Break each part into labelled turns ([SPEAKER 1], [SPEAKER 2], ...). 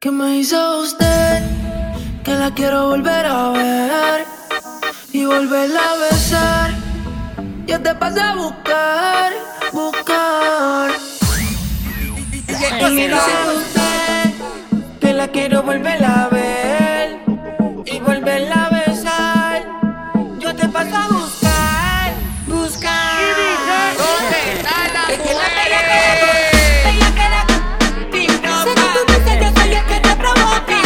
[SPEAKER 1] ¿Qué me hizo usted? Que la quiero volver a ver y volverla a besar. Yo te pasé a buscar, buscar. ¿Qué me hizo usted? Que la quiero volver a ver y volverla a besar. Yo te paso a buscar, buscar. ¿Dónde está la Ella que la Sé que tú dices yo soy el que te provoca.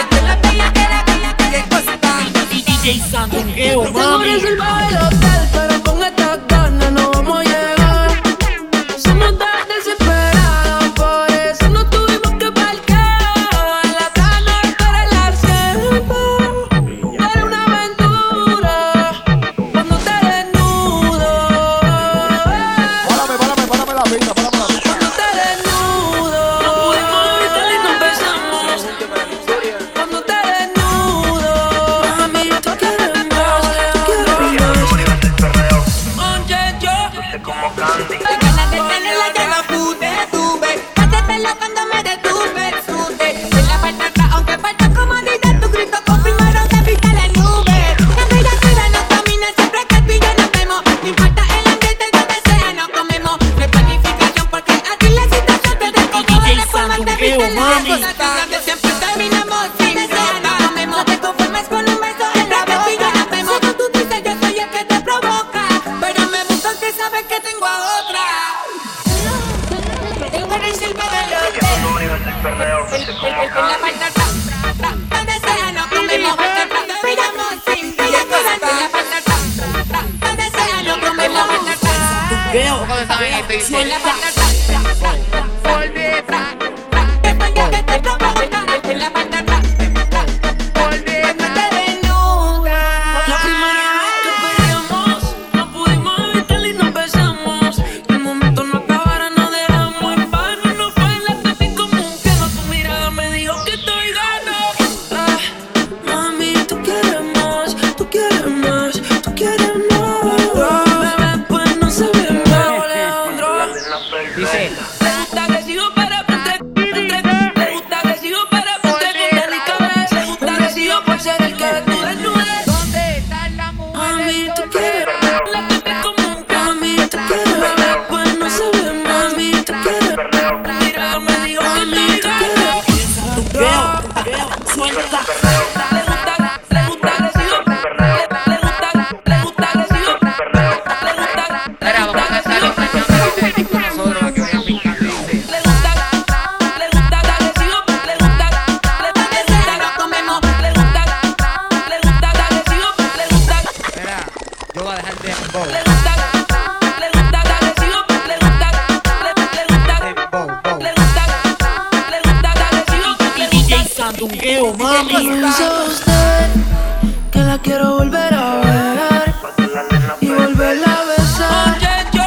[SPEAKER 1] Esto es la bella que la bella que le cuesta.
[SPEAKER 2] DJ Sandoqueo,
[SPEAKER 1] Te mueres Este el baile hotel, pero con estas ganas no vamos a llegar. Somos tan desesperados, por eso no tuvimos que parquear. La cana para el arcebo. Era una aventura cuando te desnudo.
[SPEAKER 3] Párame, párame, párame la pista, párame la pista.
[SPEAKER 1] Cuando te desnudo. No pudimos evitarlo y nos besamos. Cuando te desnudo, mami, tú quieres más, tú quieres más. Oye, yo
[SPEAKER 4] como Candy.
[SPEAKER 1] te ganas de tenerla, ya la pude, tuve. Pásatela cuando me detuve, sube. En la parte atrás, aunque falta comodidad, tu grito confirmaron que pica la nube. La vida cura no camina, siempre que tú y yo nos vemos. No importa el ambiente donde sea, nos comemos. No hay planificación porque aquí la situación te recogió de la forma de
[SPEAKER 2] Santuqueo,
[SPEAKER 1] vivir las
[SPEAKER 2] mami.
[SPEAKER 1] cosas. Nosotros siempre terminamos sin desear, nos comemos. No te conformes con un beso en la boca. Ya nos vemos. Según tú dices, yo soy el que te provoca. Pero me gusta que sabes que tengo a otra. Tengo en el silbo del hotel. Con la falta tra, tra, donde sea nos comemos. Falta tra, terminamos sin desear. Con la falta tra, tra, donde sea nos comemos. Falta tra. Con la falta tra, tra, tra, tra, tra, tra. Que soy yo que te provoca. Con la falta tra, tra, tra, Cuando te desnudas.
[SPEAKER 5] La primera vez que peleamos, no pudimos evitarlo y nos besamos. El momento no acabara, nos dejamos en vano. No fue el acto tan común que no tu mirada me dijo que estoy gano.
[SPEAKER 1] Ah, mami, tú quieres más, tú quieres más, tú quieres más.
[SPEAKER 5] Bebé, pues no se ve
[SPEAKER 1] Bravo,
[SPEAKER 5] mal.
[SPEAKER 1] Leandro. Le gusta que sigo para aprender. Le gusta que sigo para aprender con la rica vez. Le gusta que sigo por ser el que tú desnudes. Mami, tú quieres
[SPEAKER 5] La bebé como un can.
[SPEAKER 1] Mami, tú quieres
[SPEAKER 5] Bebé, pues no se ve mal.
[SPEAKER 1] Mami, tú quieres
[SPEAKER 5] Mira, me dijo que
[SPEAKER 1] Mami,
[SPEAKER 5] estoy
[SPEAKER 1] tú
[SPEAKER 5] gano.
[SPEAKER 1] quieres
[SPEAKER 2] suelta.
[SPEAKER 5] Le gusta, le gusta que sigo. Le gusta, le gusta que sigo. Le gusta, le gusta que sigo. Le gusta, le gusta que sigo. Le gusta, le gusta que sigo. Nos comemos. Le gusta, le gusta que sigo. Le gusta, le gusta, le gusta que sigo. Le gusta, le gusta, le gusta, le gusta que sigo. Le gusta.
[SPEAKER 2] DJ Sandoqueo, mami.
[SPEAKER 1] Comenzó usted que la quiero volver a ver y volverla a besar.
[SPEAKER 5] Oye, yo.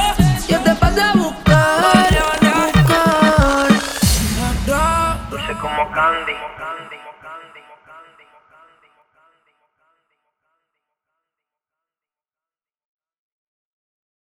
[SPEAKER 1] Yo te pasé a buscar, a buscar.
[SPEAKER 4] Dulce como Candy.